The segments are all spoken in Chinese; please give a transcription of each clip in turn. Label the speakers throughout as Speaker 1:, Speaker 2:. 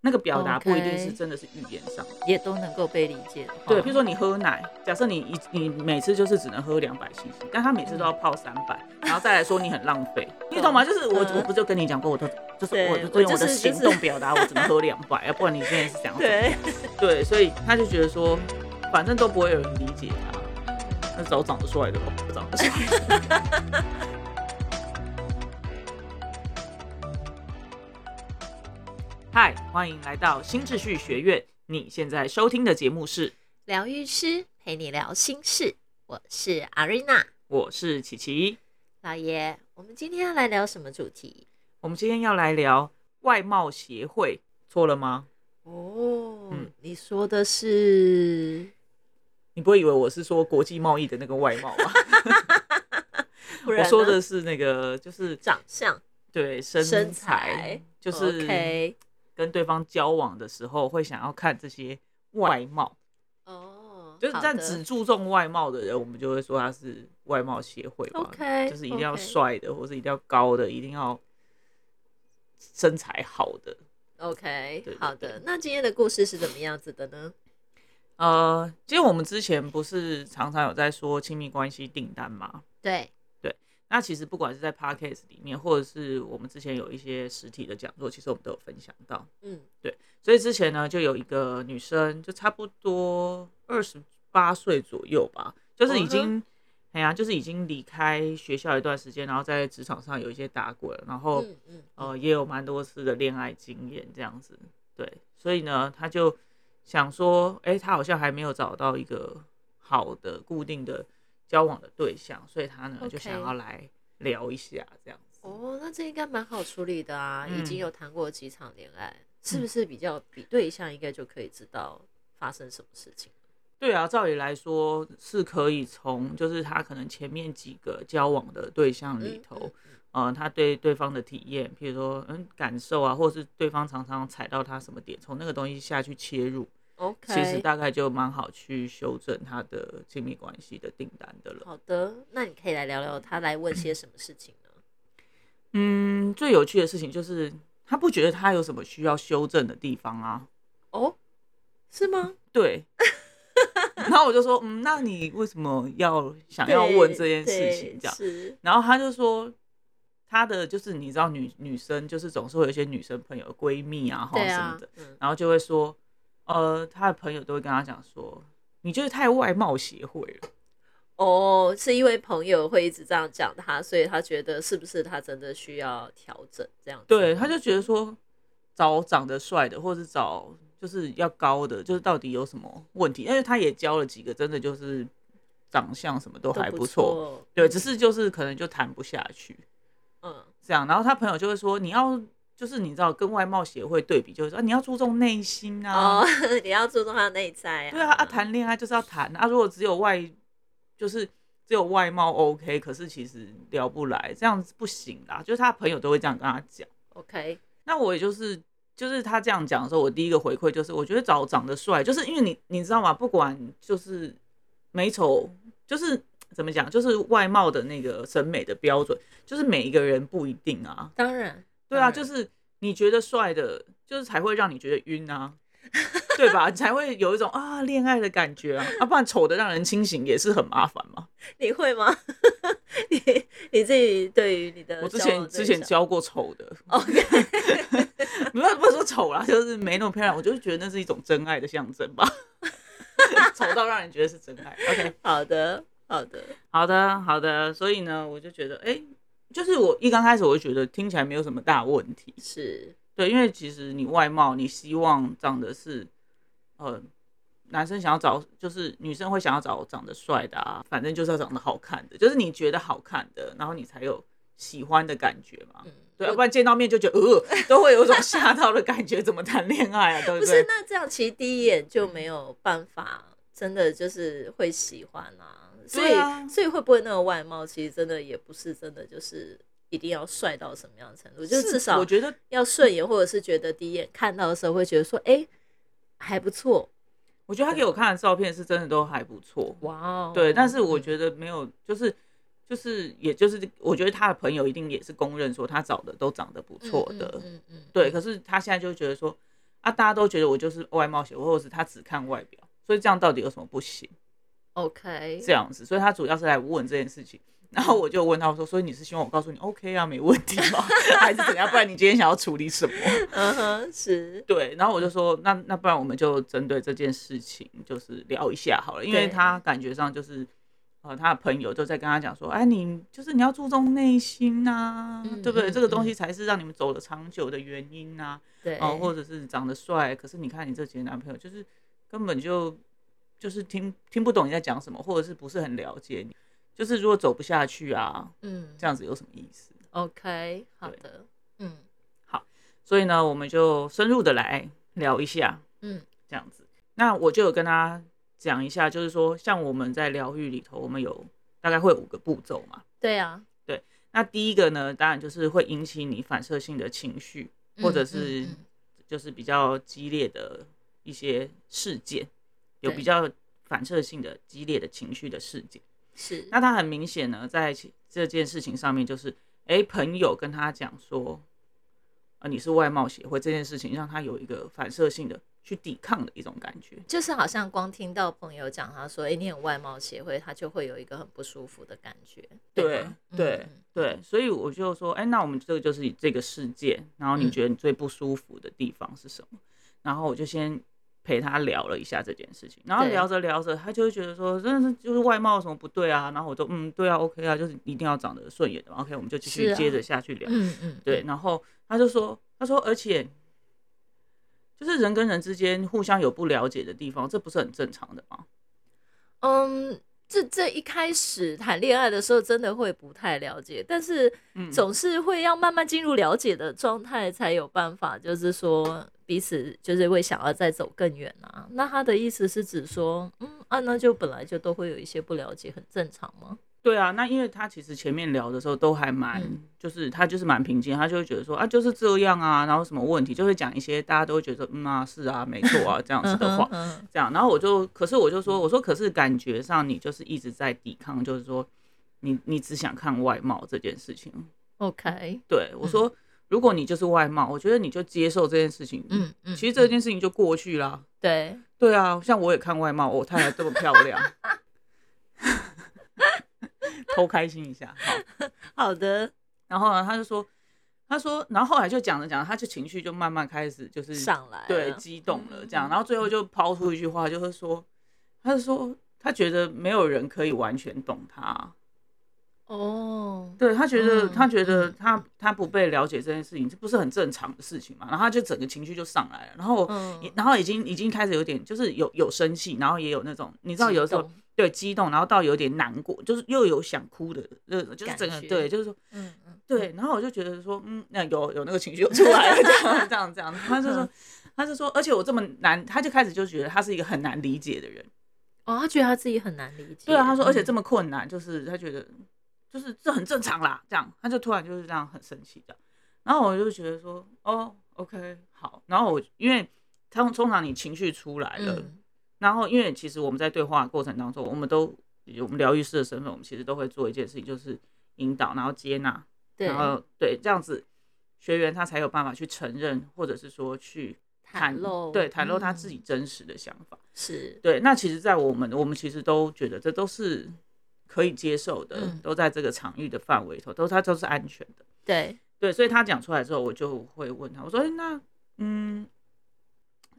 Speaker 1: 那个表达不一定
Speaker 2: OK 哦
Speaker 1: 是真的是语言上的。
Speaker 2: 也都能够被理解的话，
Speaker 1: 对，譬 如说你喝奶，假设你一你每次就是只能喝两百 CC，但他每次都
Speaker 2: 嗯
Speaker 1: 要泡三百，然后再来说你很浪 费，你懂吗？就是我、
Speaker 2: 嗯
Speaker 1: 我不就跟你讲过，我都就是
Speaker 2: 对
Speaker 1: 我
Speaker 2: 我
Speaker 1: 就用
Speaker 2: 就
Speaker 1: 我的
Speaker 2: 是
Speaker 1: 行
Speaker 2: 就是
Speaker 1: 动表达我只能喝两百，啊要不然你现在是想要怎么样
Speaker 2: 对，
Speaker 1: 对，所以他就觉得说，反正都不会有人理解他，那找长得帅的吧，不长得帅。 嗨，欢迎来到新秩序学院。你现在收听的节目是，
Speaker 2: 疗愈师陪你聊心事，我是阿瑞娜
Speaker 1: 我是琪琪。
Speaker 2: 老爷。我们今天要来聊什么主题？
Speaker 1: 我们今天要来聊外貌协会，错了吗？
Speaker 2: 哦
Speaker 1: 嗯
Speaker 2: 你说的是，
Speaker 1: 你不会以为我是说国际贸易的那个外貌吧？
Speaker 2: 不然
Speaker 1: 我
Speaker 2: 呢
Speaker 1: 说的是那个，就是
Speaker 2: 长相
Speaker 1: 对身材，
Speaker 2: 身材
Speaker 1: 就是
Speaker 2: OK
Speaker 1: 跟对方交往的时候会想要看这些外貌，
Speaker 2: 哦，
Speaker 1: 就是
Speaker 2: 好
Speaker 1: 但
Speaker 2: 的
Speaker 1: 只注重外貌的人，我们就会说他是外貌协会吧
Speaker 2: OK，
Speaker 1: 就是一定要
Speaker 2: OK
Speaker 1: 帅的，或是一定要高的，一定要身材好的。
Speaker 2: OK，
Speaker 1: 对对
Speaker 2: 好
Speaker 1: 对
Speaker 2: 的。那今天的故事是怎么样子的呢？
Speaker 1: 呃，其实我们之前不是常常有在说亲密关系订单吗？
Speaker 2: 对，
Speaker 1: 那其实不管是在 podcast 里面，或者是我们之前有一些实体的讲座，其实我们都有分享到。
Speaker 2: 嗯，
Speaker 1: 所以之前呢，就有一个女生，就差不多二十八岁左右吧，就是已
Speaker 2: 哦
Speaker 1: 经，哎呀、就是已经离开学校一段时间，然后在职场上有一些打滚，然后、
Speaker 2: 嗯嗯，嗯
Speaker 1: 呃也有蛮多次的恋爱经验这样子，对，所以呢，她就想说，哎、她好像还没有找到一个好的固定的交往的对象，所以她呢
Speaker 2: OK
Speaker 1: 就想要来聊一下这样子。
Speaker 2: 哦，那这应该蛮好处理的啊，已经
Speaker 1: 嗯
Speaker 2: 有谈过几场恋爱，是不是比较比对象应该就可以知道发生什么事情？
Speaker 1: 对啊，照理来说是可以从就是他可能前面几个交往的对象里
Speaker 2: 嗯
Speaker 1: 头，呃，他对对方的体验，譬如说嗯感受啊，或者是对方常常踩到他什么点，从那个东西下去切入，
Speaker 2: OK，
Speaker 1: 其实大概就蛮好去修正他的亲密关系的订单的了。
Speaker 2: 好的，那你可以来聊聊他来问些什么事情呢？
Speaker 1: 嗯，最有趣的事情就是他不觉得他有什么需要修正的地方啊，
Speaker 2: 哦，是吗？
Speaker 1: 对。然后我就说，嗯，那你为什么要想 要问这件事情？这样，
Speaker 2: 是
Speaker 1: 然后他就说，他的就是你知道女女生就是总是会有一些女生朋友闺蜜啊哈
Speaker 2: 对
Speaker 1: 什么
Speaker 2: 啊
Speaker 1: 的，，
Speaker 2: 嗯，
Speaker 1: 然后就会说，呃，他的朋友都会跟他讲说，你就是太外貌协会了。
Speaker 2: 哦，是因为朋友会一直这样讲他，所以他觉得是不是他真的需要调整这样子？
Speaker 1: 对，他就觉得说，找长得帅的，或是找就是要高的，就是到底有什么问题？因为他也交了几个，真的就是长相什么都
Speaker 2: 都
Speaker 1: 还
Speaker 2: 不
Speaker 1: 不错，
Speaker 2: 错，
Speaker 1: 对，只是就是可能就谈不下去。
Speaker 2: 嗯，
Speaker 1: 这样，然后他朋友就会说，你要就是你知道跟外貌协会对比，就是说、啊你要注重内心啊，
Speaker 2: 哦， 你要注重他的内在啊，
Speaker 1: 对啊，啊谈恋爱就是要谈啊，如果只有外就是只有外貌 OK，可是其实聊不来，这样子不行啦，就是他朋友都会这样跟他讲。
Speaker 2: OK，
Speaker 1: 那我也就是就是他这样讲的时候，我第一个回馈就是，我觉得找长得帅，就是因为你你知道吗？不管就是美丑，就是怎么讲，就是外貌的那个审美的标准，就是每一个人不一定啊。
Speaker 2: 当然，
Speaker 1: 对
Speaker 2: 当
Speaker 1: 啊，
Speaker 2: 然
Speaker 1: 就是你觉得帅的，就是才会让你觉得晕啊，对吧？ 才会有一种啊恋爱的感觉啊，啊，不然丑的让人清醒也是很麻烦嘛。
Speaker 2: 你会吗？ 你你自己对于你的
Speaker 1: 我之
Speaker 2: 交往
Speaker 1: 前
Speaker 2: 呃对
Speaker 1: 之前
Speaker 2: 象
Speaker 1: 教过丑的，
Speaker 2: OK，
Speaker 1: 不要不是说丑啦，就是没那么漂亮，我就觉得那是一种真爱的象征吧， 丑到让人觉得是真 爱。OK，
Speaker 2: 好的好的，
Speaker 1: 好的好的，所以呢，我就觉得哎、就是我一刚开始我就觉得听起来没有什么大问题，
Speaker 2: 是
Speaker 1: 对，因为其实你外貌，你希望长得是，呃，男生想要找，就是女生会想要找长得帅的啊，反正就是要长得好看的，就是你觉得好看的，然后你才有喜欢的感觉嘛。
Speaker 2: 嗯，
Speaker 1: 对，啊
Speaker 2: 我
Speaker 1: 要不然见到面就觉得，呃，都会有一种吓到的感觉，怎么谈恋爱啊？对
Speaker 2: 不是
Speaker 1: 对？
Speaker 2: 那这样，其实第一眼就没有办法，真的就是会喜欢啊。所以、
Speaker 1: 对啊
Speaker 2: 所以会不会那个外貌，其实真的也不是真的就是一定要帅到什么样的程度，就是至少
Speaker 1: 我觉得
Speaker 2: 要顺眼，或者是觉得第一眼看到的时候会觉得说，哎、还不错，
Speaker 1: 我觉得他给我看的照片是真的都还不错，
Speaker 2: 哇哦。
Speaker 1: 对，但是我
Speaker 2: 得
Speaker 1: 觉得没有，就是就是，也就是我觉得他的朋友一定也是公认说他找的都长得不错的，
Speaker 2: 嗯嗯嗯嗯
Speaker 1: 对，可是他现在就觉得说，啊，大家都觉得我就是外貌协会，或者是他只看外表，所以这样到底有什么不行？
Speaker 2: ，OK，
Speaker 1: 这样子，所以他主要是来问这件事情。然后我就问他我说：“所以你是希望我告诉你 OK 啊，没问题吗？ 还是怎样？不然你今天想要处理什么
Speaker 2: 嗯哼，是？”，
Speaker 1: 对，然后我就说：“那那不然我们就针对这件事情就是聊一下好了，因为
Speaker 2: 对
Speaker 1: 他感觉上就是呃他的朋友就在跟他讲说，哎，你就是你要注重内心呐、
Speaker 2: 嗯
Speaker 1: 对不对？
Speaker 2: 嗯
Speaker 1: 这个东西
Speaker 2: 嗯
Speaker 1: 才是让你们走得长久的原因呐、
Speaker 2: 对，
Speaker 1: 哦，或者是长得帅，可是你看你这几个男朋友，就是根本就就是听听不懂你在讲什么，或者是不是很了解你，就是如果走不下去啊，
Speaker 2: 嗯
Speaker 1: 这样子有什么意思？
Speaker 2: ，OK，好
Speaker 1: 对
Speaker 2: 的，嗯
Speaker 1: 所以呢，我们就深入的来聊一下
Speaker 2: 嗯
Speaker 1: 这样子。那我就有跟他讲一下，就是说像我们在疗愈里头，我们有大概会有五个步骤嘛。
Speaker 2: 对啊，
Speaker 1: 那第一个呢，当然就是会引起你反射性的情绪，或者
Speaker 2: 嗯嗯
Speaker 1: 是
Speaker 2: 嗯
Speaker 1: 就是比较激烈的一些事件，有
Speaker 2: 对
Speaker 1: 比较反射性的激烈的情绪的事件。
Speaker 2: 是，
Speaker 1: 那他很明显呢，在其这件事情上面，就是哎、诶朋友跟他讲说，呃，你是外貌协会这件事情，让他有一个反射性的去抵抗的一种感觉。
Speaker 2: 就是好像光听到朋友讲他说，哎、你很外貌协会，他就会有一个很不舒服的感觉，
Speaker 1: 对
Speaker 2: 吗
Speaker 1: 对
Speaker 2: 嗯
Speaker 1: 对，所以我就说，哎、那我们这个就是这个事件，然后你
Speaker 2: 嗯
Speaker 1: 觉得你最不舒服的地方是什么？然后我就先陪他聊了一下这件事情，然后
Speaker 2: 对
Speaker 1: 聊着聊着，他就会觉得说，真的是就是外貌有什么不对啊？然后我就嗯，对啊，OK 啊，就是一定要长得顺眼的嘛，OK，我们就继
Speaker 2: 是
Speaker 1: 续
Speaker 2: 啊
Speaker 1: 接着下去聊。
Speaker 2: 嗯嗯，
Speaker 1: 对，
Speaker 2: 嗯，
Speaker 1: 然后他就说，他说，而且就是人跟人之间互相有不了解的地方，这不是很正常的吗？
Speaker 2: 嗯，这这一开始谈恋爱的时候真的会不太了解，但是
Speaker 1: 嗯
Speaker 2: 总是会要慢慢进入了解的状态，才有办法，就是说彼此就是会想要再走更远啊。那他的意思是指说，嗯啊，那就本来就都会有一些不了解，很正常吗？
Speaker 1: 对啊，那因为他其实前面聊的时候都还蛮，
Speaker 2: 嗯
Speaker 1: 就是他就是蛮平静，他就会觉得说啊就是这样啊，然后什么问题就会讲一些大家都会觉得嗯啊是啊没错啊这样子的话，
Speaker 2: 嗯
Speaker 1: 这样，然后我就可是我就说我说可是感觉上你就是一直在抵抗，就是说你你只想看外貌这件事情，
Speaker 2: ，OK，
Speaker 1: 对我
Speaker 2: 嗯
Speaker 1: 说、如果你就是外貌，我觉得你就接受这件事情，
Speaker 2: 嗯嗯，
Speaker 1: 其实这
Speaker 2: 嗯
Speaker 1: 件事情就过去啦。
Speaker 2: 对，
Speaker 1: 对啊，像我也看外貌，哦，她还这么漂 亮， 偷开心一下。好，
Speaker 2: 好的，
Speaker 1: 然后呢，他就说，他说，然后后来就讲着讲着，他就情绪就慢慢开始就是
Speaker 2: 上来
Speaker 1: 对
Speaker 2: 了
Speaker 1: 激动了这样，
Speaker 2: 嗯
Speaker 1: 然后最后就抛出一句话，就是说，他就说他觉得没有人可以完全懂他，
Speaker 2: 哦，
Speaker 1: 对他觉得、
Speaker 2: 嗯
Speaker 1: 他觉得
Speaker 2: 嗯
Speaker 1: 他他不被了解这件事情，这不是很正常的事情嘛，然后他就整个情绪就上来了，然后。
Speaker 2: 嗯，
Speaker 1: 然后已经已经开始有点，就是有有生气，然后也有那种，你知道，
Speaker 2: 激
Speaker 1: 有时候
Speaker 2: 动
Speaker 1: 对激动，然后到有点难过，就是又有想哭的，呃，就是整个
Speaker 2: 感觉
Speaker 1: 对，就是说
Speaker 2: 嗯嗯，
Speaker 1: 对，然后我就觉得说，嗯，那有有那个情绪又出来了，这样这样这样，他就
Speaker 2: 嗯
Speaker 1: 说，他就说，而且我这么难，他就开始就觉得他是一个很难理解的人，
Speaker 2: 哦，他觉得他自己很难理解，嗯
Speaker 1: 对啊，他说，而且这
Speaker 2: 么
Speaker 1: 么困难，就是他觉得就是这很正常啦，这样，他就突然就是这样很生气这样，然后我就觉得说，哦，OK，好，然后我因为他通常你情绪出来了，
Speaker 2: 嗯
Speaker 1: 然后，因为其实我们在对话的过程当中，我们都以我们疗愈师的身份，我们其实都会做一件事情，就是引导，然后接纳，
Speaker 2: 对
Speaker 1: 然后对这样子，学员他才有办法去承认，或者是说去
Speaker 2: 袒露，
Speaker 1: 对袒露他
Speaker 2: 嗯
Speaker 1: 自己真实的想法。
Speaker 2: 是，
Speaker 1: 对，那其实，在我们我们其实都觉得这都是可以接受的，
Speaker 2: 嗯
Speaker 1: 都在这个场域的范围里头，都他都是安全的。
Speaker 2: 对，
Speaker 1: 对，所以他讲出来之后，我就会问他，我说：“哎、那嗯，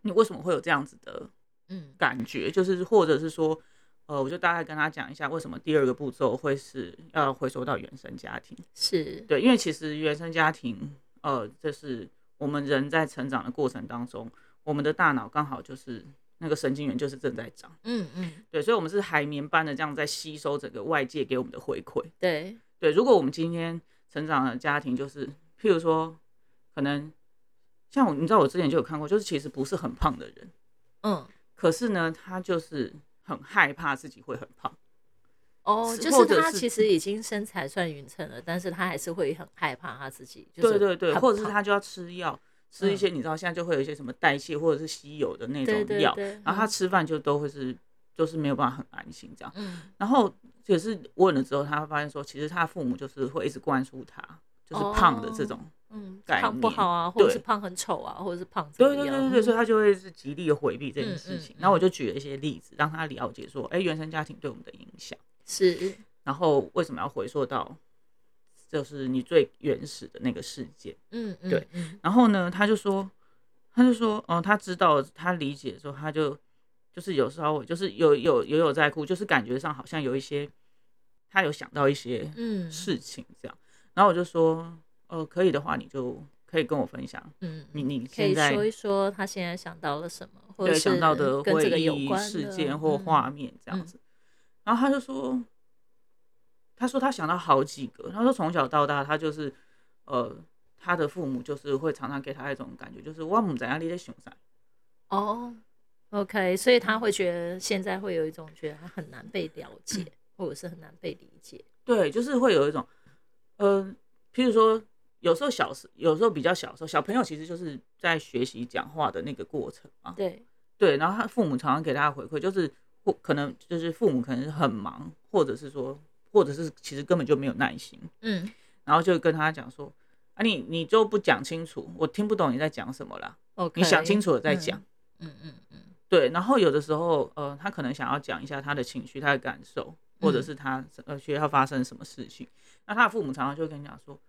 Speaker 1: 你为什么会有这样子的
Speaker 2: 嗯
Speaker 1: 感觉，就是或者是说，呃，我就大概跟他讲一下为什么第二个步骤会是要回收到原生家庭。
Speaker 2: 是，
Speaker 1: 对，因为其实原生家庭，呃，这是我们人在成长的过程当中，我们的大脑刚好就是那个神经元就是正在长，
Speaker 2: 嗯嗯，
Speaker 1: 对，所以我们是海绵般的这样在吸收整个外界给我们的回馈。
Speaker 2: 对，
Speaker 1: 对，如果我们今天成长的家庭就是，譬如说，可能像我，你知道我之前就有看过，就是其实不是很胖的人。
Speaker 2: 嗯，
Speaker 1: 可是呢，他就是很害怕自己会很胖。
Speaker 2: 哦，
Speaker 1: 是
Speaker 2: 就
Speaker 1: 或
Speaker 2: 是
Speaker 1: 者
Speaker 2: 他
Speaker 1: 是
Speaker 2: 其实已经身材算匀称了，但是他还是会很害怕他自己，就是
Speaker 1: 对对对，
Speaker 2: 很
Speaker 1: 或者是
Speaker 2: 胖嗯
Speaker 1: 他就要吃药，吃一些你知道现在就会有一些什么代谢或者是稀有的那种
Speaker 2: 对对
Speaker 1: 药，
Speaker 2: 对
Speaker 1: 然后他
Speaker 2: 嗯
Speaker 1: 吃饭就都会是就是没有办法很安心这样。
Speaker 2: 嗯，
Speaker 1: 然后也
Speaker 2: 哦
Speaker 1: 是问了之后，他发现说，其实他父母就是会一直灌输他就是胖的这种
Speaker 2: 嗯，
Speaker 1: 概
Speaker 2: 胖不
Speaker 1: 念
Speaker 2: 好啊，或者
Speaker 1: 对
Speaker 2: 是胖很丑啊，或者是胖怎
Speaker 1: 对
Speaker 2: 么
Speaker 1: 对
Speaker 2: 样？
Speaker 1: 对对对，所以
Speaker 2: 嗯
Speaker 1: 他就会是极力的回避这件事情
Speaker 2: 嗯嗯。嗯
Speaker 1: 然后我就举了一些例子，让他了解说，哎，原生家庭对我们的影响，
Speaker 2: 是
Speaker 1: 然后为什么要回溯到，就是你最原始的那个世界。
Speaker 2: 嗯嗯
Speaker 1: 对
Speaker 2: 嗯
Speaker 1: 然后呢，他就说，他就说，哦，他知道，他理解之后，他就就是有稍微就是有有有有在哭，就是感觉上好像有一些，他有想到一些
Speaker 2: 嗯
Speaker 1: 事情这样。然后我就说，呃，可以的话，你就可以跟我分享
Speaker 2: 嗯，
Speaker 1: 你你
Speaker 2: 可以
Speaker 1: 现在
Speaker 2: 说一说他现在想到了什么，或者
Speaker 1: 对想
Speaker 2: 是
Speaker 1: 到的
Speaker 2: 跟这
Speaker 1: 回
Speaker 2: 个有
Speaker 1: 忆
Speaker 2: 关
Speaker 1: 事
Speaker 2: 的
Speaker 1: 件或
Speaker 2: 嗯
Speaker 1: 画面这样
Speaker 2: 嗯
Speaker 1: 子。然后他就说，他说他想到好几个，他说从小到大他就是，呃，他的父母就是会常常给他一种感觉，就是我母怎样你在想啥。
Speaker 2: 哦，OK，所以他会觉得现在会有一种觉得他很难被了解，
Speaker 1: 嗯
Speaker 2: 或者是很难被理解。
Speaker 1: 对，就是会有一种，呃，譬如说，有时候小时，有时候比较小的时候，小朋友其实就是在学习讲话的那个过程嘛。
Speaker 2: 对，
Speaker 1: 对，然后他父母常常给他的回馈就是，或可能就是父母可能是很忙，或者是说，或者是其实根本就没有耐心，
Speaker 2: 嗯，
Speaker 1: 然后就跟他讲说，啊你你就不讲清楚，我听不懂你在讲什么啦，
Speaker 2: OK，
Speaker 1: 你想清楚了再讲。
Speaker 2: 嗯嗯嗯
Speaker 1: 对，然后有的时候，呃，他可能想要讲一下他的情绪、他的感受，或者
Speaker 2: 嗯
Speaker 1: 是他呃学校发生什么事情。那他的父母常常就会跟你讲说，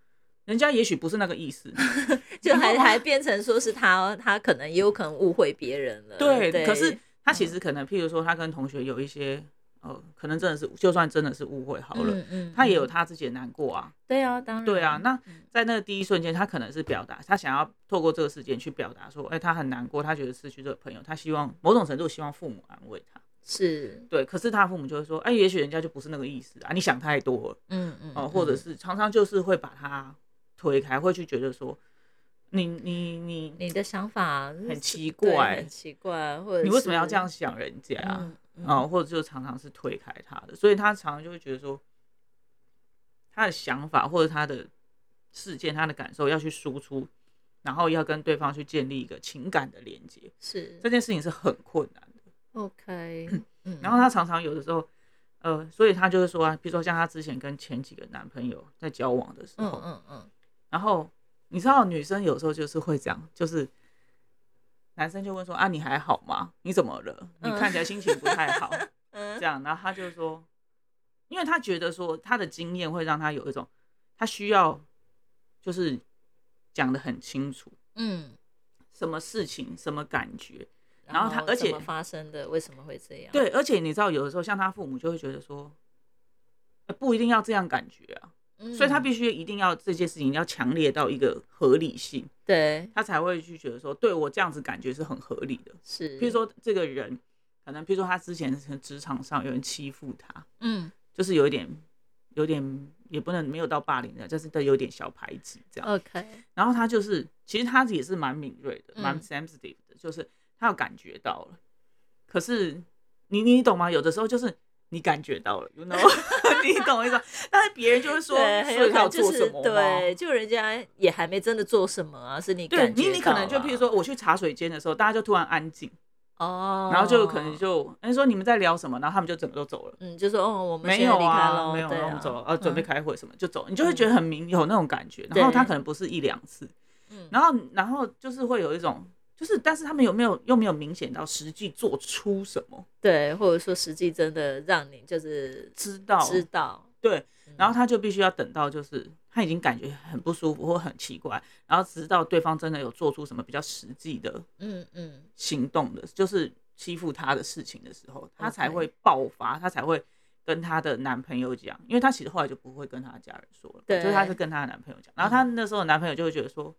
Speaker 1: 人家也许不是那个意思，
Speaker 2: 嗯， 就还
Speaker 1: 然后
Speaker 2: 还变成说是他，他可能也有可能误会别人了。
Speaker 1: 对，
Speaker 2: 对，
Speaker 1: 可是他其
Speaker 2: 嗯
Speaker 1: 实可能，譬如说，他跟同学有一些，呃，可能真的是，就算真的是误会好了，
Speaker 2: 嗯嗯，
Speaker 1: 他也有
Speaker 2: 嗯
Speaker 1: 他自己的难过啊。
Speaker 2: 对啊，当然
Speaker 1: 对啊，那
Speaker 2: 嗯
Speaker 1: 在那个第一瞬间，他可能是表达，他想要透过这个事件去表达说，哎、他很难过，他觉得失去这个朋友，他希望某种程度希望父母安慰他。
Speaker 2: 是
Speaker 1: 对，可是他父母就会说，哎、也许人家就不是那个意思啊，你想太多了
Speaker 2: 嗯嗯
Speaker 1: 哦、或者
Speaker 2: 嗯
Speaker 1: 是常常就是会把他推开，会去觉得说，你你你
Speaker 2: 你的想法很
Speaker 1: 奇怪
Speaker 2: 很奇怪，或者
Speaker 1: 你为什么要这样
Speaker 2: 是？
Speaker 1: 想人家啊、
Speaker 2: 嗯嗯
Speaker 1: 哦或者就常常是推开他的，所以他常常就会觉得说，他的想法或者他的事件、他的感受要去输出，然后要跟对方去建立一个情感的连接，
Speaker 2: 是
Speaker 1: 这件事情是很困难的。
Speaker 2: OK，嗯，
Speaker 1: 然后他常常有的时候，呃，所以他就是说啊，比如说像他之前跟前几个男朋友在交往的时
Speaker 2: 嗯
Speaker 1: 候，
Speaker 2: 嗯嗯，
Speaker 1: 然后你知道女生有时候就是会这样，就是男生就问说啊，你还好吗？你怎么了？你
Speaker 2: 嗯
Speaker 1: 看起来心情不太好，
Speaker 2: 嗯
Speaker 1: 这样，然后他就说，因为他觉得说他的经验会让他有一种，他需要就是讲的很清楚，
Speaker 2: 嗯，
Speaker 1: 什么事情什么感觉，然后他而
Speaker 2: 怎
Speaker 1: 且
Speaker 2: 么发生的，为什么会这样？，
Speaker 1: 对，而且你知道有的时候像他父母就会觉得说。呃不一定要这样感觉啊，
Speaker 2: 嗯
Speaker 1: 所以他必须一定要这件事情要强烈到一个合理性，
Speaker 2: 对
Speaker 1: 他才会去觉得说，对我这样子感觉是很合理的。
Speaker 2: 是，
Speaker 1: 譬如，说这个人，可能譬如说他之前是职场上有人欺负他，
Speaker 2: 嗯
Speaker 1: 就是有一点，有点也不能没有到霸凌的，就是对有点小排挤这样。
Speaker 2: ，OK，
Speaker 1: 然后他就是，其实他也是蛮敏锐的，蛮
Speaker 2: 嗯
Speaker 1: sensitive 的，就是他有感觉到了。可是你你懂吗？有的时候就是你感觉到了，you know，你 懂我意思吗？但是别人就会说，
Speaker 2: 对，很
Speaker 1: 所以
Speaker 2: 有可
Speaker 1: 他有
Speaker 2: 能就
Speaker 1: 做什
Speaker 2: 是
Speaker 1: 么吗？
Speaker 2: 对，就人家也还没真的做什么啊，是你
Speaker 1: 对
Speaker 2: 感
Speaker 1: 你，
Speaker 2: 觉
Speaker 1: 你可能就
Speaker 2: 到
Speaker 1: 譬如
Speaker 2: 啦
Speaker 1: 说，我去茶水间的时候，大家就突然安静，
Speaker 2: 哦，
Speaker 1: 然后就可能就人说你们在聊什么，然后他们就整个都走了，
Speaker 2: 嗯，就说哦，我们
Speaker 1: 没
Speaker 2: 现在
Speaker 1: 有
Speaker 2: 离开
Speaker 1: 啊，
Speaker 2: 喽，
Speaker 1: 没有，
Speaker 2: 对
Speaker 1: 然后我们走了，呃，准备
Speaker 2: 嗯
Speaker 1: 开会什么就走，你就会觉得很明有那种感觉。
Speaker 2: 对
Speaker 1: 然后他可能不是一两次，
Speaker 2: 嗯
Speaker 1: 然后然后就是会有一种，就是但是他们有没有又没有明显到实际做出什么，
Speaker 2: 对，或者说实际真的让你就是
Speaker 1: 知道
Speaker 2: 知道，
Speaker 1: 对，然后
Speaker 2: 嗯
Speaker 1: 他就必须要等到就是。他已经感觉很不舒服或很奇怪，然后直到对方真的有做出什么比较实际的
Speaker 2: 嗯嗯，
Speaker 1: 行动的，就是欺负她的事情的时候，她才
Speaker 2: OK
Speaker 1: 会爆发，她才会跟她的男朋友讲，因为她其实后来就不会跟她家人说了，
Speaker 2: 对嗯
Speaker 1: 就是她是跟她的男朋友讲，然后她那时候的男朋友就会觉得说，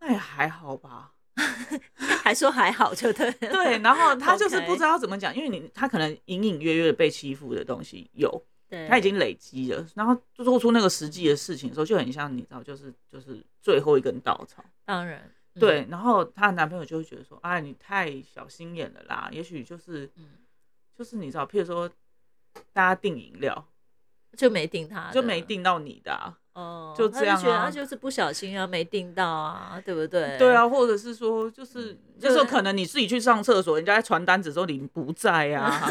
Speaker 1: 那也还好 吧，
Speaker 2: 还说还好就对了，
Speaker 1: 对，然后她就是不
Speaker 2: OK
Speaker 1: 知道怎么讲，因为你她可能隐隐约约的被欺负的东西有，
Speaker 2: 对，
Speaker 1: 她已经累积了，然后做出那个实际的事情的时候，就很像你知道，就是就是最后一根稻草。
Speaker 2: 当然，嗯
Speaker 1: 对，，然后她的男朋友就会觉得说，哎，你太小心眼了啦，也许就是
Speaker 2: 嗯，
Speaker 1: 就是你知道，譬如说大家订饮料
Speaker 2: 就没定他，
Speaker 1: 就没。订到你的、啊，
Speaker 2: 哦，
Speaker 1: 就
Speaker 2: 他
Speaker 1: 这样
Speaker 2: 觉得他
Speaker 1: 啊
Speaker 2: 就是不小心啊，没订到啊，对不对？
Speaker 1: 对啊，，或者是说就是
Speaker 2: 嗯
Speaker 1: 那时候
Speaker 2: 对
Speaker 1: 可能你自己去上厕所，人 家在传单子的时候你不在啊，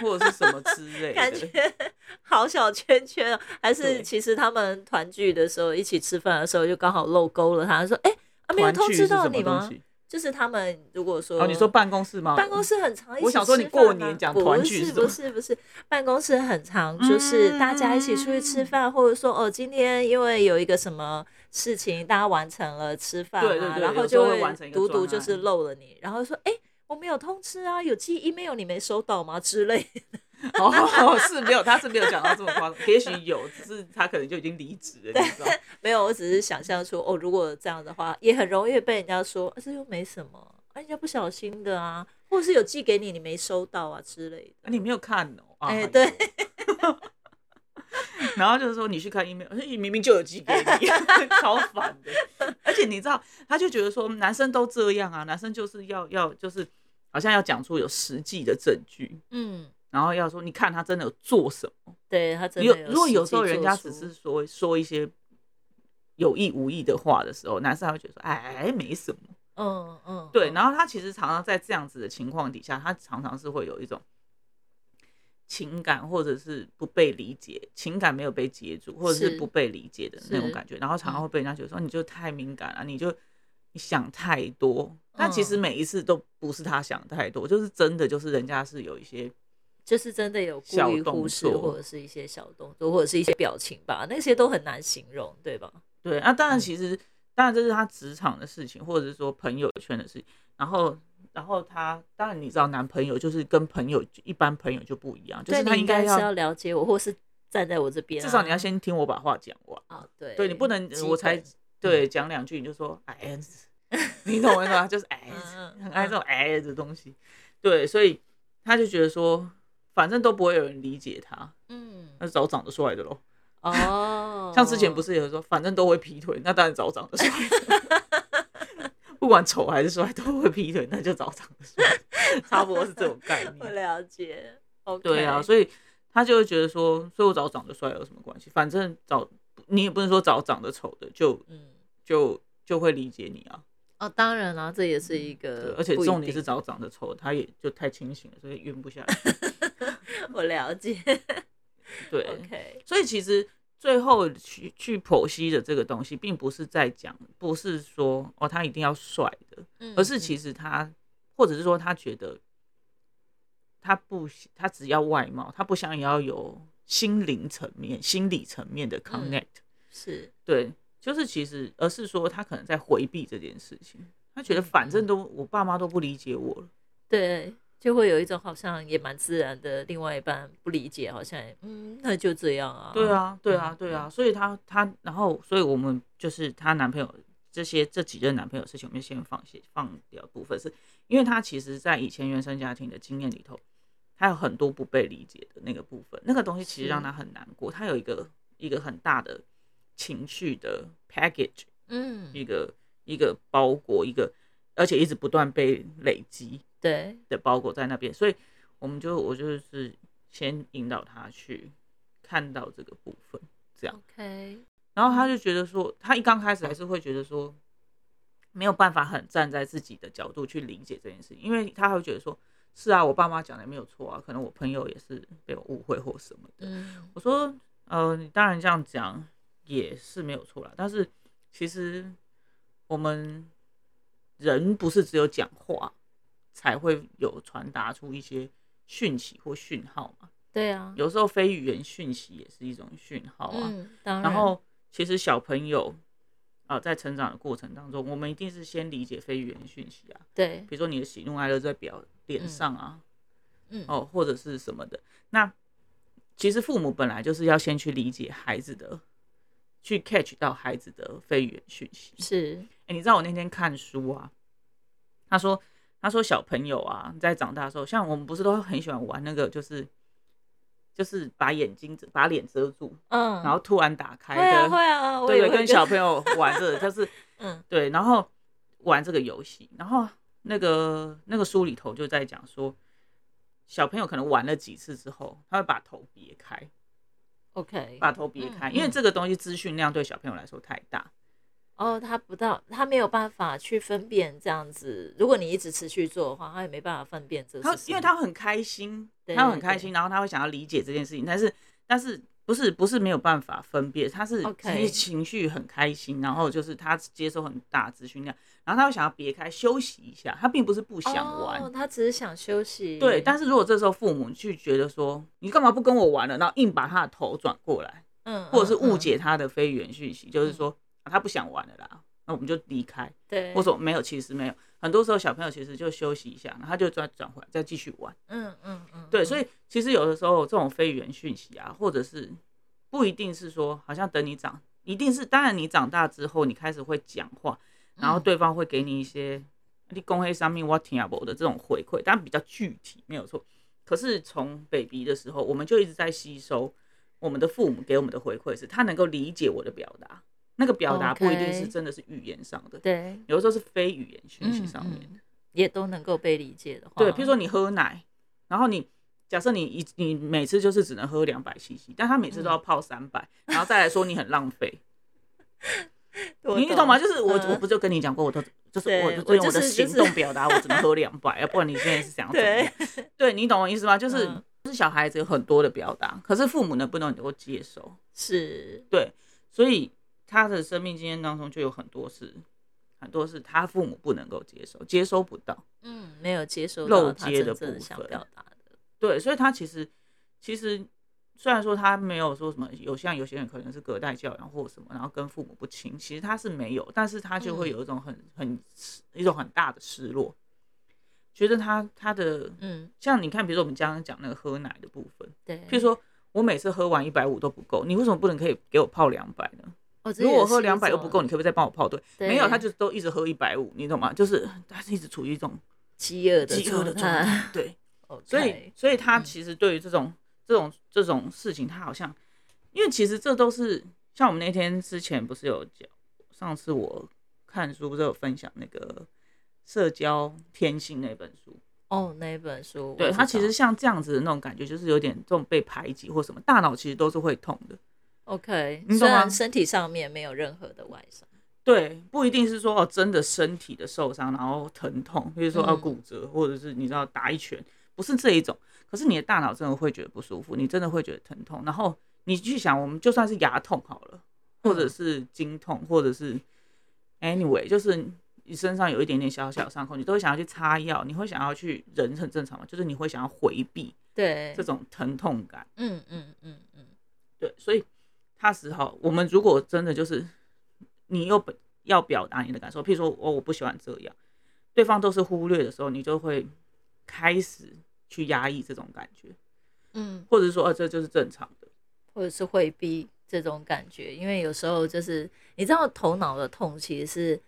Speaker 1: 或者是什么之类
Speaker 2: 感觉
Speaker 1: 的，
Speaker 2: 好小圈圈哦，还是
Speaker 1: 对
Speaker 2: 其实他们团聚的时候一起吃饭的时候就刚好漏勾了他，说哎、啊没有
Speaker 1: 团
Speaker 2: 通
Speaker 1: 聚
Speaker 2: 知
Speaker 1: 是
Speaker 2: 到
Speaker 1: 什
Speaker 2: 你
Speaker 1: 么
Speaker 2: 吗
Speaker 1: 东？西？
Speaker 2: 就是他们如果说
Speaker 1: 哦，你说办公室吗？
Speaker 2: 办公室很长一起吃饭吗，
Speaker 1: 我想说你过年讲团聚
Speaker 2: 不是
Speaker 1: 是什么
Speaker 2: 不是不是，办公室很长，就是大家一起出去
Speaker 1: 嗯
Speaker 2: 吃饭，或者说哦，今天因为有一个什么事情大家完成了吃饭、啊，
Speaker 1: 对对对
Speaker 2: 然后
Speaker 1: 有时候
Speaker 2: 就
Speaker 1: 会完成一个
Speaker 2: 独独
Speaker 1: 专案
Speaker 2: 就是漏了你，然后说哎、我没有通知啊，有寄 email 你没收到吗之类的，
Speaker 1: 哦， 是没有，他是没有讲到这么夸张，也许有，只是他可能就已经离职了，你知道吗？
Speaker 2: 没有，我只是想象出哦，如果这样的话，也很容易被人家说、啊这又没什么，啊，人家不小心的啊，或者是有寄给你你没收到啊之类的。
Speaker 1: 啊你没有看哦？啊
Speaker 2: 哎对。
Speaker 1: 然后就是说你去看 email，哎明明就有寄给你， 超烦的。而且你知道，他就觉得说男生都这样啊，男生就是要要就是好像要讲出有实际的证据，
Speaker 2: 嗯，
Speaker 1: 然后要说你看他真的有做什么。
Speaker 2: 对他真的
Speaker 1: 有如果
Speaker 2: 实
Speaker 1: 有
Speaker 2: 际
Speaker 1: 时候人
Speaker 2: 做
Speaker 1: 家
Speaker 2: 出
Speaker 1: 只是说说一些有意无意的话的时候，男生还会觉得说哎没什么。
Speaker 2: 嗯嗯，
Speaker 1: 对，
Speaker 2: 后
Speaker 1: 然后他其实常常在这样子的情况底下，他常常是会有一种情感或者是不被理解，情感没有被接住，或者
Speaker 2: 是
Speaker 1: 是不被理解的那种
Speaker 2: 是
Speaker 1: 感觉，然后常常
Speaker 2: 嗯
Speaker 1: 会被人家觉得说你就太敏感了，你就你想太多。但其实
Speaker 2: 嗯
Speaker 1: 每一次都不是他想太多，就是真的就是人家是有一些
Speaker 2: 就是真的有故
Speaker 1: 小
Speaker 2: 意
Speaker 1: 动
Speaker 2: 忽视，
Speaker 1: 作
Speaker 2: 或者是一些小动作，或者是一些表情吧，那些都很难形容，对吧？
Speaker 1: 对，那、当
Speaker 2: 嗯
Speaker 1: 然，其实当然这是他职场的事情，或者是说朋友圈的事情。然后，然后他当然你知道，男朋友就是跟朋友一般朋友就不一样，就是
Speaker 2: 对
Speaker 1: 他
Speaker 2: 你
Speaker 1: 应
Speaker 2: 该
Speaker 1: 该
Speaker 2: 是
Speaker 1: 要
Speaker 2: 了解我，或是站在我这边啊、
Speaker 1: 至少你要先听我把话讲完。
Speaker 2: 啊，对，
Speaker 1: 对你不能
Speaker 2: 基，
Speaker 1: 我才
Speaker 2: 本
Speaker 1: 对讲两句你就 说哎，你懂我意思吗？就是哎
Speaker 2: 嗯，嗯
Speaker 1: 很爱这种哎的东西。对，所以他就觉得说，反正都不会有人理解他，
Speaker 2: 嗯
Speaker 1: 那就找长得帅的喽。，
Speaker 2: 哦
Speaker 1: 像之前不是有人说，反正都会劈腿，那当然找长 得帅的，不管丑还是帅都会劈腿，那就找长得帅的，差不多是这种概
Speaker 2: 我
Speaker 1: 念。
Speaker 2: 了解，OK，
Speaker 1: 对啊，所以他就会觉得说，所以我找长得帅有什么关系？反正找你也不能说找长得丑的就
Speaker 2: 嗯，
Speaker 1: 就就会理解你啊。
Speaker 2: 哦，当然啦，这也是一
Speaker 1: 对
Speaker 2: 个，
Speaker 1: 而且
Speaker 2: 呃不一
Speaker 1: 重点是
Speaker 2: 定
Speaker 1: 找长得丑的，他也就太清醒了，所以晕不下去。
Speaker 2: 我了解
Speaker 1: 对
Speaker 2: ，OK，
Speaker 1: 所以其实最后去去剖析的这个东西，并不是在讲，不是说哦他一定要帅的，
Speaker 2: 嗯
Speaker 1: 而是其
Speaker 2: 实
Speaker 1: 实他，或者是说他觉得他不喜，他只要外貌，他不想要有心灵层面、心理层面
Speaker 2: 嗯
Speaker 1: 的 connect，、
Speaker 2: 是
Speaker 1: 对，就是其实，而是说他可能在回避这件事情。他觉得
Speaker 2: 嗯
Speaker 1: 反正都我爸妈都不理解我了，
Speaker 2: 对，就会有一种好像也蛮自然的，另外一半不理解，好像也嗯，那就这样啊。
Speaker 1: 对，啊，对啊，
Speaker 2: 嗯
Speaker 1: 对啊，所以她她，然后所以我们就是她男朋友这些这几任男朋友的事情，我们先放些放掉部分是，因为她其实在以前原生家庭的经验里头，她有很多不被理解的那个部分，那个东西其实让
Speaker 2: 是
Speaker 1: 她很难过，她有一个一个很大的情绪的 package，
Speaker 2: 嗯，
Speaker 1: 一个一个包裹，一个而且一直不断被累积
Speaker 2: 对，
Speaker 1: 的包裹在那边，所以我们就我就是先引导她去看到这个部分。
Speaker 2: OK，
Speaker 1: 然后他就觉得说，他一刚开始还是会觉得说，没有办法很站在自己的角度去理解这件事情，因为他会觉得说，是啊，我爸妈讲的没有错啊，可能我朋友也是被我误会或什么的。
Speaker 2: 嗯，
Speaker 1: 我说，呃，你当然这样讲也是没有错啦，但是其实我们人不是只有讲话才会有传达出一些讯息或讯号嘛，
Speaker 2: 对啊，
Speaker 1: 有时候非语言讯息也是一种讯号啊。
Speaker 2: 嗯，当
Speaker 1: 然后其实小朋友啊、呃在成长的过程当中，我们一定是先理解非语言讯息啊，
Speaker 2: 对，
Speaker 1: 比如说你的喜怒哀乐在表脸
Speaker 2: 嗯
Speaker 1: 上啊，
Speaker 2: 嗯，
Speaker 1: 哦或者是什么的。那其实父母本来就是要先去理解孩子的，去 catch 到孩子的非语言讯息。
Speaker 2: 是，
Speaker 1: 哎、你知道我那天看书啊，他说他说小朋友啊，在长大的时候，像我们不是都很喜欢玩那个，就是就是把眼睛遮把脸遮住，
Speaker 2: 嗯，
Speaker 1: 然后突然打开
Speaker 2: 会
Speaker 1: 的，
Speaker 2: 啊会啊，我
Speaker 1: 对
Speaker 2: 也
Speaker 1: 对，
Speaker 2: 会
Speaker 1: 跟小朋友玩这个，就是
Speaker 2: 嗯
Speaker 1: 对，然后玩这个游戏，然后那个那个书里头就在讲说，小朋友可能玩了几次之后，他会把头别开，
Speaker 2: OK，
Speaker 1: 把头别开，因为
Speaker 2: 嗯
Speaker 1: 这个东西资讯量对小朋友来说太大，
Speaker 2: 哦，他不到，他没有办法去分辨这样子。如果你一直持续做的话，他也没办法分辨这
Speaker 1: 他
Speaker 2: 是什
Speaker 1: 因为
Speaker 2: 么
Speaker 1: 他很开心，
Speaker 2: 对
Speaker 1: 他
Speaker 2: 对
Speaker 1: 很开心，然后他会想要理解这件事情，但是但是不是不是没有办法分辨，他是
Speaker 2: OK
Speaker 1: 其实情绪很开心，然后就是他接受很大资讯量，然后他会想要别开休息一下，他并不是不想玩。
Speaker 2: 哦，他只是想休息。
Speaker 1: 对，但是如果这时候父母去觉得说你干嘛不跟我玩了，然后硬把他的头转过来，
Speaker 2: 嗯，
Speaker 1: 或者是
Speaker 2: 嗯
Speaker 1: 误，解他的非语言讯息，就是说、啊、他不想玩了啦，那我们就离开。
Speaker 2: 嗯对，
Speaker 1: 我，说没有，其实没有，很多时候小朋友其实就休息一下，然后他就转转回来再继续玩。
Speaker 2: 嗯嗯嗯，
Speaker 1: 对，
Speaker 2: 嗯
Speaker 1: 所以其实有的时候这种非语言讯息啊，或者是不一定是说，好像等你长，一定是当然你长大之后，你开始会讲话，然后
Speaker 2: 嗯
Speaker 1: 对方会给你一些你公黑上面我听不懂的这种回馈，但比较具体，没有错。可是从 baby 的时候，我们就一直在吸收我们的父母给我们的回馈，是他能够理解我的表达，那个表达不一定是
Speaker 2: OK
Speaker 1: 真的是语言上的，
Speaker 2: 对
Speaker 1: 有的时候是非语言讯息
Speaker 2: 嗯
Speaker 1: 上面的。
Speaker 2: 嗯也都能够被理解的话，
Speaker 1: 对，譬如说你喝奶，然后你假设你一你每次就是只能喝两百 CC，但他每次都要泡三百、0然后
Speaker 2: 嗯
Speaker 1: 再来说你很浪费，
Speaker 2: 我
Speaker 1: 你你懂吗？就是我、
Speaker 2: 嗯
Speaker 1: 我不就跟你讲过，我都就是
Speaker 2: 对
Speaker 1: 我
Speaker 2: 我
Speaker 1: 就用
Speaker 2: 就
Speaker 1: 我的
Speaker 2: 是
Speaker 1: 行
Speaker 2: 就是
Speaker 1: 动表达我只能喝两百，要啊不然你现在是想要怎么
Speaker 2: 对
Speaker 1: 样？对你懂我意思吗？就是、
Speaker 2: 嗯
Speaker 1: 就是小孩子有很多的表达，可是父母能不能够接受？
Speaker 2: 是
Speaker 1: 对，所以他的生命经验当中就有很多是。很多是他父母不能够接受，接收不到，
Speaker 2: 嗯没有接收
Speaker 1: 漏
Speaker 2: 到他
Speaker 1: 接
Speaker 2: 真
Speaker 1: 的
Speaker 2: 正
Speaker 1: 部
Speaker 2: 想
Speaker 1: 分
Speaker 2: 表达的，
Speaker 1: 对，所以他其实其实虽然说他没有说什么，有像有些人可能是隔代教养或什么，然后跟父母不亲，其实他是没有，但是他就会
Speaker 2: 嗯
Speaker 1: 有一种很很一种很大的失落，觉得他他的
Speaker 2: 嗯
Speaker 1: 像你看，比如说我们刚刚讲那个喝奶的部分，
Speaker 2: 对，
Speaker 1: 譬如说。我每次喝完一百五都不够，你为什么不能可以给我泡两百呢？
Speaker 2: 哦这
Speaker 1: 如果
Speaker 2: 也
Speaker 1: 我喝
Speaker 2: 是一
Speaker 1: 两百又
Speaker 2: 种
Speaker 1: 不够，你可不可以再帮我泡对？没有，
Speaker 2: 对
Speaker 1: 他就都一直喝一百五，你懂吗？就是他是一直处于一种
Speaker 2: 饥饿的
Speaker 1: 饥饿的状
Speaker 2: 态，
Speaker 1: 态，对。
Speaker 2: OK
Speaker 1: 所以，所以他
Speaker 2: 嗯
Speaker 1: 其实对于这种、这种这种事情，他好像，因为其实这都是像我们那天之前不是有讲，上次我看书不是有分享那个社交天性那本书，
Speaker 2: 哦那一本书我
Speaker 1: 对
Speaker 2: 知
Speaker 1: 他其
Speaker 2: 道
Speaker 1: 实像这样子的那种感觉，就是有点这种被排挤或什么，大脑其实都是会痛的。
Speaker 2: OK，
Speaker 1: 你
Speaker 2: 虽
Speaker 1: 懂吗
Speaker 2: 然身体上面没有任何的外伤，
Speaker 1: 对，不一定是说哦，真的身体的受伤，然后疼痛，比如说哦
Speaker 2: 嗯
Speaker 1: 骨折，或者是你知道打一拳，不是这一种。可是你的大脑真的会觉得不舒服，你真的会觉得疼痛。然后你去想，我们就算是牙痛好了，或者
Speaker 2: 嗯
Speaker 1: 是经痛，或者是 anyway，就是你身上有一点点小小伤口，你都会想要去擦药，你会想要去，人很正常嘛，就是你会想要回避
Speaker 2: 对
Speaker 1: 这，种疼痛感。
Speaker 2: 嗯嗯嗯嗯，
Speaker 1: 对，所以他时候，我们如果真的就是你又本要表达你的感受，譬如说哦我不喜欢这样，对方都是忽略的时候，你就会开始去压抑这种感觉，
Speaker 2: 嗯，
Speaker 1: 或者说哦、这就是正常的，
Speaker 2: 或者是回避这种感觉，因为有时候就是你知道头脑的痛其实是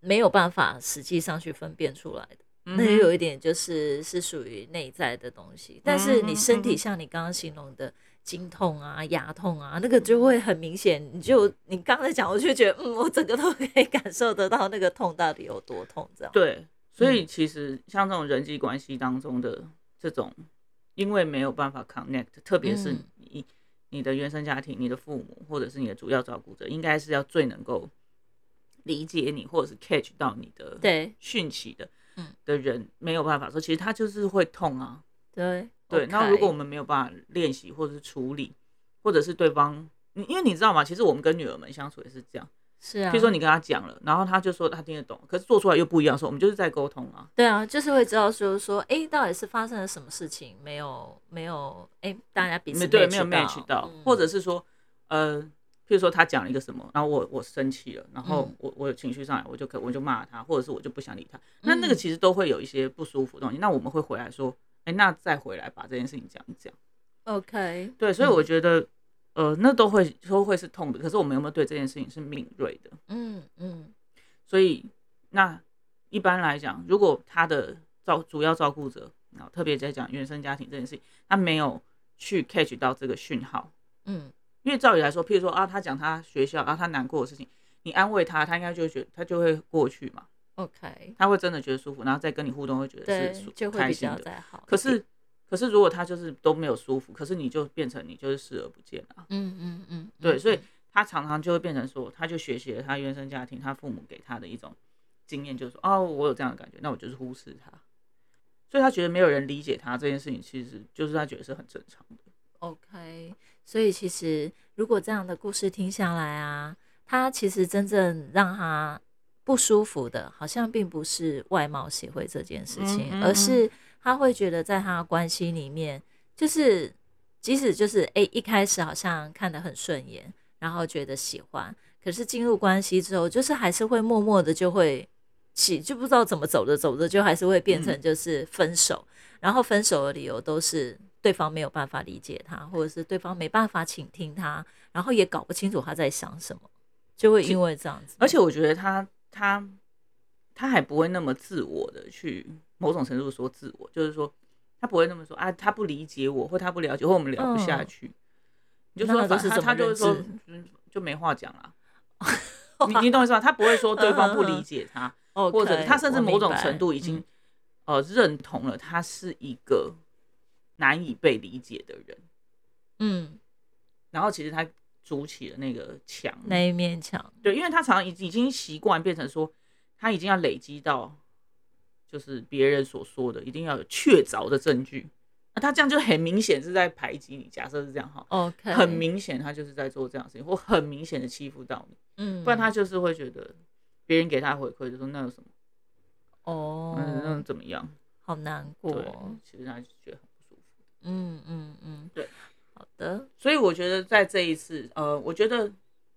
Speaker 2: 没有办法实际上去分辨出来的。
Speaker 1: 嗯
Speaker 2: 那也有一点就是是属于内在的东西，但是你
Speaker 1: 嗯
Speaker 2: 身
Speaker 1: 嗯
Speaker 2: 体
Speaker 1: 嗯
Speaker 2: 像你刚刚形容的经痛啊、牙痛啊，那个就会很明显。你就你刚才讲，我就觉得嗯，我整个都可以感受得到那个痛到底有多痛，这样。
Speaker 1: 对，所
Speaker 2: 嗯
Speaker 1: 以其实像这种人际关系当中的这种，因为没有办法 connect，特别是
Speaker 2: 嗯
Speaker 1: 你、你的原生家庭、你的父母或者是你的主要照顾者，应该是要最能够理解你或者是 catch 到你的
Speaker 2: 对
Speaker 1: 讯息的，
Speaker 2: 嗯
Speaker 1: 的人没有办法说，其实他就是会痛啊。
Speaker 2: 对
Speaker 1: 对，
Speaker 2: OK
Speaker 1: 那如果我们没有办法练习或者是处理，或者是对方，你因为你知道吗？其实我们跟女儿们相处也是这样，
Speaker 2: 是啊，
Speaker 1: 譬如说你跟她讲了，然后她就说她听得懂，可是做出来又不一样的时候，我们就是在沟通啊。
Speaker 2: 对啊，就是会知道说说，哎、到底是发生了什么事情？没有没有，哎、大家彼此
Speaker 1: 没对没有
Speaker 2: match
Speaker 1: match 到，
Speaker 2: 嗯
Speaker 1: 或者是说，呃，譬如说他讲了一个什么，然后我我生气了，然后
Speaker 2: 嗯
Speaker 1: 我我有情绪上来，我就可我就骂他，或者是我就不想理他，那那个
Speaker 2: 嗯
Speaker 1: 其实都会有一些不舒服的东西。那我们会回来说，哎、那再回来把这件事情讲一讲。
Speaker 2: OK，
Speaker 1: 对，所以我觉得，呃，那都会都会是痛的，可是我们有没有对这件事情是敏锐的？
Speaker 2: 嗯嗯
Speaker 1: 所以那一般来讲，如果他的照主要照顾者，然后特别在讲原生家庭这件事情，他没有去 catch 到这个讯号。
Speaker 2: 嗯，
Speaker 1: 因为照理来说，譬如说啊，他讲他学校啊，他难过的事情，你安慰他，他应该就会觉得他就会过去嘛，
Speaker 2: 嗯，OK，
Speaker 1: 他会真的觉得舒服，然后再跟你互动会觉得
Speaker 2: 对
Speaker 1: 是舒，
Speaker 2: 就会
Speaker 1: 开
Speaker 2: 比
Speaker 1: 心
Speaker 2: 较
Speaker 1: 的。
Speaker 2: 再好一点。
Speaker 1: 可是，可是如果他就是都没有舒服，可是你就变成你就是视而不见啊。
Speaker 2: 嗯嗯嗯，
Speaker 1: 对，
Speaker 2: 嗯
Speaker 1: 所以
Speaker 2: 嗯
Speaker 1: 他常常就会变成说，他就学习了他原生家庭、他父母给他的一种经验，就是说，哦，我有这样的感觉，那我就是忽视他。所以他觉得没有人理解他这件事情，其实就是他觉得是很正常的。
Speaker 2: OK，所以其实如果这样的故事听下来啊，他其实真正让他不舒服的，好像并不是外貌协会这件事情，
Speaker 1: 嗯嗯嗯
Speaker 2: 而是他会觉得在他的关系里面，就是即使就是诶、一开始好像看得很顺眼，然后觉得喜欢，可是进入关系之后，就是还是会默默的就会起，就不知道怎么走着走着就还是会变
Speaker 1: 嗯
Speaker 2: 成就是分手，然后分手的理由都是对方没有办法理解他，或者是对方没办法倾听他，然后也搞不清楚他在想什么，就会因为这样子，
Speaker 1: 而且我觉得他他他还不会那么自我的去某种程度说自我，就是说他不会那么说啊，他不理解我，或他不了解，或我们聊不下
Speaker 2: 嗯
Speaker 1: 去。你就
Speaker 2: 那
Speaker 1: 说
Speaker 2: 他都
Speaker 1: 反
Speaker 2: 是
Speaker 1: 他
Speaker 2: 怎
Speaker 1: 他
Speaker 2: 么
Speaker 1: 就
Speaker 2: 认
Speaker 1: 是说
Speaker 2: 知
Speaker 1: 嗯就没话讲 啦。你你懂我意思吧？他不会说对方不
Speaker 2: 嗯
Speaker 1: 理解他，
Speaker 2: OK，
Speaker 1: 或者他甚至
Speaker 2: 我
Speaker 1: 某
Speaker 2: 明
Speaker 1: 种
Speaker 2: 白嗯
Speaker 1: 程度已经、呃认同了他是一个难以被理解的人，
Speaker 2: 嗯嗯
Speaker 1: 然后其实他筑起了那个墙，
Speaker 2: 那一面墙，
Speaker 1: 对，因为他常常已已经习惯变成说，他已经要累积到，就是别人所说的一定要有确凿的证据。那他这样就很明显是在排挤你。假设是这样哈，
Speaker 2: OK，
Speaker 1: 很，明显他就是在做这样的事情，或很明显的欺负到你，
Speaker 2: 嗯，
Speaker 1: 不然他就是会觉得别人给他回馈就说那有什么，
Speaker 2: 哦，
Speaker 1: 嗯，那怎么样？
Speaker 2: 好难
Speaker 1: 对
Speaker 2: 过，，
Speaker 1: 其实他就觉得很不舒服。
Speaker 2: 嗯嗯嗯，
Speaker 1: 对，
Speaker 2: 好的，
Speaker 1: 所以我觉得在这一次，呃，我觉得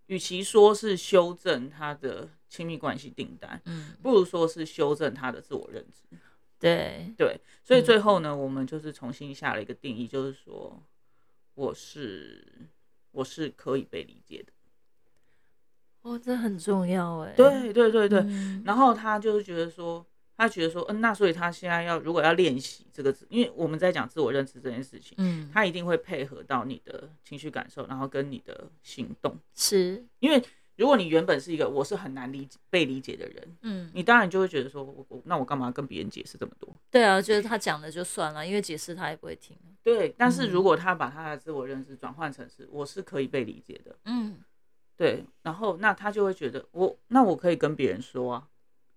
Speaker 1: 与其说是修正他的亲密关系订单，
Speaker 2: 嗯，
Speaker 1: 不如说是修正他的自我认知。
Speaker 2: 对，
Speaker 1: 对，所以最后呢，我们就是重新下了一个定义，就是说我是我是可以被理解的。
Speaker 2: 哦，这很重要哎，
Speaker 1: 对对对对。
Speaker 2: 嗯
Speaker 1: 然后他就是觉得说，他觉得说，嗯，那所以他现在要如果要练习这个字，因为我们在讲自我认知这件事情，
Speaker 2: 嗯，
Speaker 1: 他一定会配合到你的情绪感受，然后跟你的行动。
Speaker 2: 是，
Speaker 1: 因为如果你原本是一个我是很难理解被理解的人，
Speaker 2: 嗯，
Speaker 1: 你当然就会觉得说，我我那我干嘛跟别人解释这么多？
Speaker 2: 对啊，就是他讲了就算了，因为解释他也不会听，
Speaker 1: 对，但是
Speaker 2: 嗯
Speaker 1: 如果他把他的自我认知转换成是我是可以被理解的，
Speaker 2: 嗯
Speaker 1: 对，然后那他就会觉得我那我可以跟别人说啊，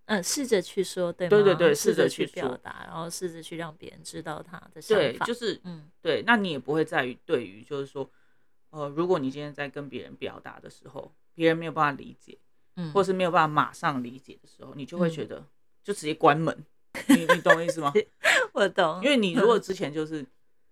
Speaker 2: 嗯，试着去说，对吗？
Speaker 1: 对对对
Speaker 2: 试
Speaker 1: 试着
Speaker 2: 着
Speaker 1: 去
Speaker 2: 表
Speaker 1: 说
Speaker 2: 达，然后试着去让别人知道他的想
Speaker 1: 对，
Speaker 2: 法，
Speaker 1: 就是
Speaker 2: 嗯
Speaker 1: 对，那你也不会在于对于就是说，呃，如果你今天在跟别人表达的时候，别人没有办法理解，
Speaker 2: 嗯，
Speaker 1: 或是没有办法马上理解的时候，你就会
Speaker 2: 嗯
Speaker 1: 觉得就直接关 门，你你懂我意思吗？
Speaker 2: 我懂，
Speaker 1: 因为你如果之前就是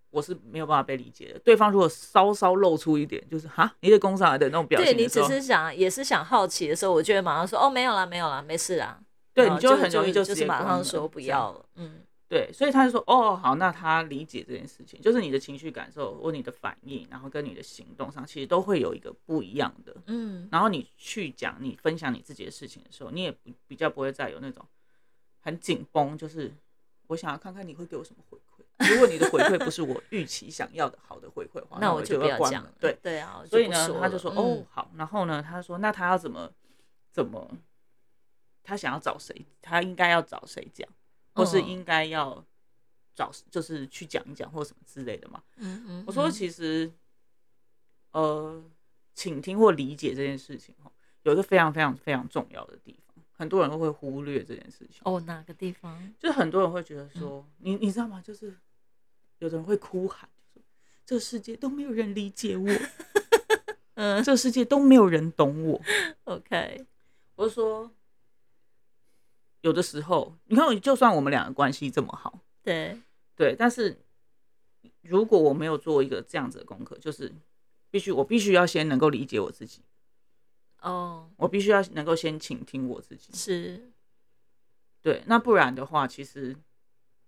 Speaker 1: 我是没有办法被理解的，对方如果稍稍露出一点就是哈你的工上来的那种表
Speaker 2: 对
Speaker 1: 情
Speaker 2: 你
Speaker 1: 的时
Speaker 2: 只
Speaker 1: 候，
Speaker 2: 是想也是想好奇的时候，我就会马上说哦，没有啦，没有啦，没事啦，
Speaker 1: 对
Speaker 2: 然
Speaker 1: 你
Speaker 2: 后
Speaker 1: 就会很容易
Speaker 2: 哦就
Speaker 1: 直
Speaker 2: 是
Speaker 1: 接
Speaker 2: 马
Speaker 1: 关
Speaker 2: 上
Speaker 1: 门
Speaker 2: 说不
Speaker 1: 这样
Speaker 2: 要了，嗯
Speaker 1: 对，所以他就说哦好，那他理解这件事情，就是你的情绪感受或你的反应，然后跟你的行动上，其实都会有一个不一样的。
Speaker 2: 嗯，
Speaker 1: 然后你去讲你分享你自己的事情的时候，你也不比较不会再有那种很紧绷，就是我想要看看你会给我什么回馈。如果你的回馈不是我预期想要的好的回馈的话，
Speaker 2: 那
Speaker 1: 我
Speaker 2: 就不
Speaker 1: 要
Speaker 2: 要
Speaker 1: 关
Speaker 2: 讲
Speaker 1: 门
Speaker 2: 了，
Speaker 1: 对，
Speaker 2: 对啊，我
Speaker 1: 所以
Speaker 2: 不
Speaker 1: 呢，他
Speaker 2: 了
Speaker 1: 就说、
Speaker 2: 嗯
Speaker 1: 哦好，然后呢，他说那他要怎么怎么，他想要找谁，他应该要找谁讲，或是
Speaker 2: 嗯
Speaker 1: 应该要找就是去讲一讲或什么之类的嘛。
Speaker 2: 嗯嗯，
Speaker 1: 我说
Speaker 2: 嗯
Speaker 1: 其实，呃，倾听或理解这件事情哈，有一个非常非常非常重要的地方，很多人都会忽略这件事情。
Speaker 2: 哦哪个地方？
Speaker 1: 就是很多人会觉得说，你你知道吗？就是有的人会哭喊，就说这个世界都没有人理解我，
Speaker 2: 嗯
Speaker 1: 这个世界都没有人懂我。
Speaker 2: ，OK，
Speaker 1: 我就说，有的时候，你看，就算我们两个关系这么好，
Speaker 2: 对，
Speaker 1: 对，但是如果我没有做一个这样子的功课，就是必须我必须要先能够理解我自己，
Speaker 2: 哦
Speaker 1: 我必须要能够先倾听我自己。
Speaker 2: 是，
Speaker 1: 对，那不然的话，其实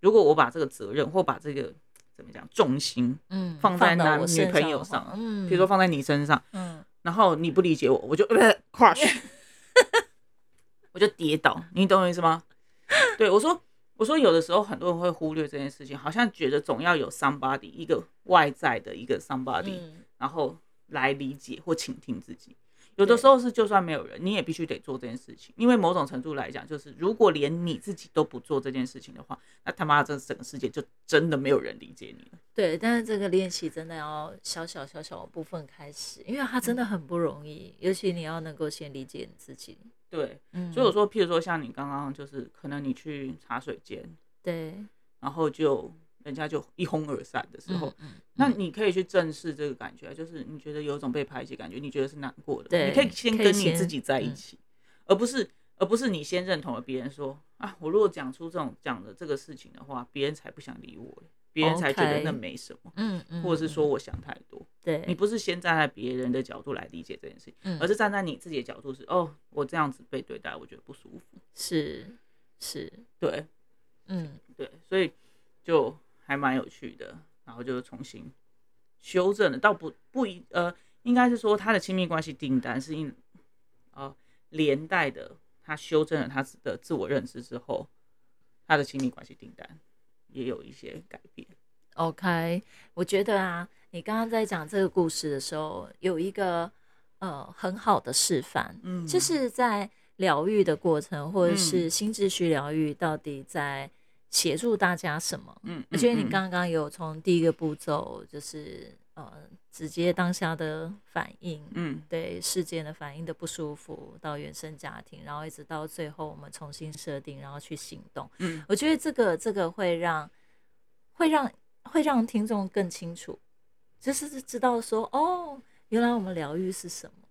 Speaker 1: 如果我把这个责任或把这个怎么讲重心，
Speaker 2: 嗯，
Speaker 1: 放在
Speaker 2: 到
Speaker 1: 男
Speaker 2: 我
Speaker 1: 女
Speaker 2: 身
Speaker 1: 朋
Speaker 2: 的
Speaker 1: 友
Speaker 2: 话
Speaker 1: 上
Speaker 2: 嗯，
Speaker 1: 比如说放在你身上，
Speaker 2: 嗯，
Speaker 1: 然后你不理解我，我就呃 crush，我就跌倒，你懂我意思吗？对我说，我说有的时候很多人会忽略这件事情，好像觉得总要有 somebody 一个外在的一个 somebody，、
Speaker 2: 嗯，
Speaker 1: 然后来理解或倾听自己。有的时候是就算没有人，你也必须得做这件事情，因为某种程度来讲，就是如果连你自己都不做这件事情的话，那他妈这整个世界就真的没有人理解你了。
Speaker 2: 对，但是这个练习真的要小小小小的部分开始，因为它真
Speaker 1: 嗯
Speaker 2: 的很不容易，尤其你要能够先理解你自己。
Speaker 1: 对，
Speaker 2: 嗯，
Speaker 1: 所以我说，譬如说像你刚刚就是，可能你去茶水间，
Speaker 2: 对，
Speaker 1: 然后就人家就一哄而散的时候，
Speaker 2: 嗯
Speaker 1: 那你可以去正视这个感觉，啊就是你觉得有一种被排挤感觉，你觉得是难过的，
Speaker 2: 对
Speaker 1: 你可以先
Speaker 2: 可以
Speaker 1: 跟你
Speaker 2: 先嗯
Speaker 1: 自己在一起，而不是而不是你先认同了别人说啊，我如果讲出这种讲的这个事情的话，别人才不想理我了，别人才觉得
Speaker 2: OK
Speaker 1: 那没什么，
Speaker 2: 嗯嗯，
Speaker 1: 或者是说我想太多。
Speaker 2: 对，
Speaker 1: 你不是先站在别人的角度来理解这件事情，
Speaker 2: 嗯
Speaker 1: 而是站在你自己的角度是哦，我这样子被对待，我觉得不舒服。
Speaker 2: 是是，
Speaker 1: 对
Speaker 2: 嗯，
Speaker 1: 对，所以就还蛮有趣的，然后就重新修正了，倒不不一呃，应该是说他的亲密关系订单是因呃连带的，他修正了他的自我认知之后，他的亲密关系订单也有一些改变。
Speaker 2: OK，我觉得啊，你刚刚在讲这个故事的时候，有一个呃很好的示范，
Speaker 1: 嗯
Speaker 2: 就是在疗愈的过程，或者
Speaker 1: 嗯
Speaker 2: 是心秩序疗愈，到底在协助大家什么？
Speaker 1: 嗯，
Speaker 2: 我觉得
Speaker 1: 嗯
Speaker 2: 你
Speaker 1: 嗯
Speaker 2: 刚刚有从第一个步骤，就是呃直接当下的反应，
Speaker 1: 嗯
Speaker 2: 对事件的反应的不舒服，到原生家庭，然后一直到最后我们重新设定，然后去行动。
Speaker 1: 嗯
Speaker 2: 我觉得这个这个会让会让会让听众更清楚，就是知道说哦，原来我们疗愈是什么，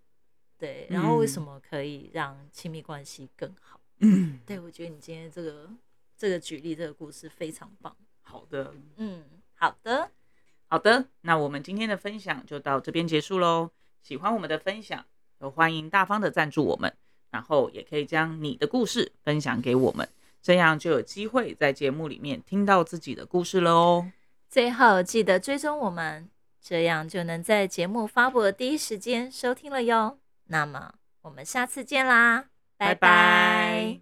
Speaker 2: 对，然后为什
Speaker 1: 嗯
Speaker 2: 么可以让亲密关系更好？
Speaker 1: 嗯，
Speaker 2: 对我觉得你今天这个这个举例这个故事非常棒。
Speaker 1: 好的。
Speaker 2: 嗯，好的，
Speaker 1: 好的，那我们今天的分享就到这边结束喽。喜欢我们的分享，有欢迎大方的赞助我们，然后也可以将你的故事分享给我们，这样就有机会在节目里面听到自己的故事了哦。
Speaker 2: 最后记得追踪我们，这样就能在节目发布的第一时间收听了哟。那么我们下次见啦，拜拜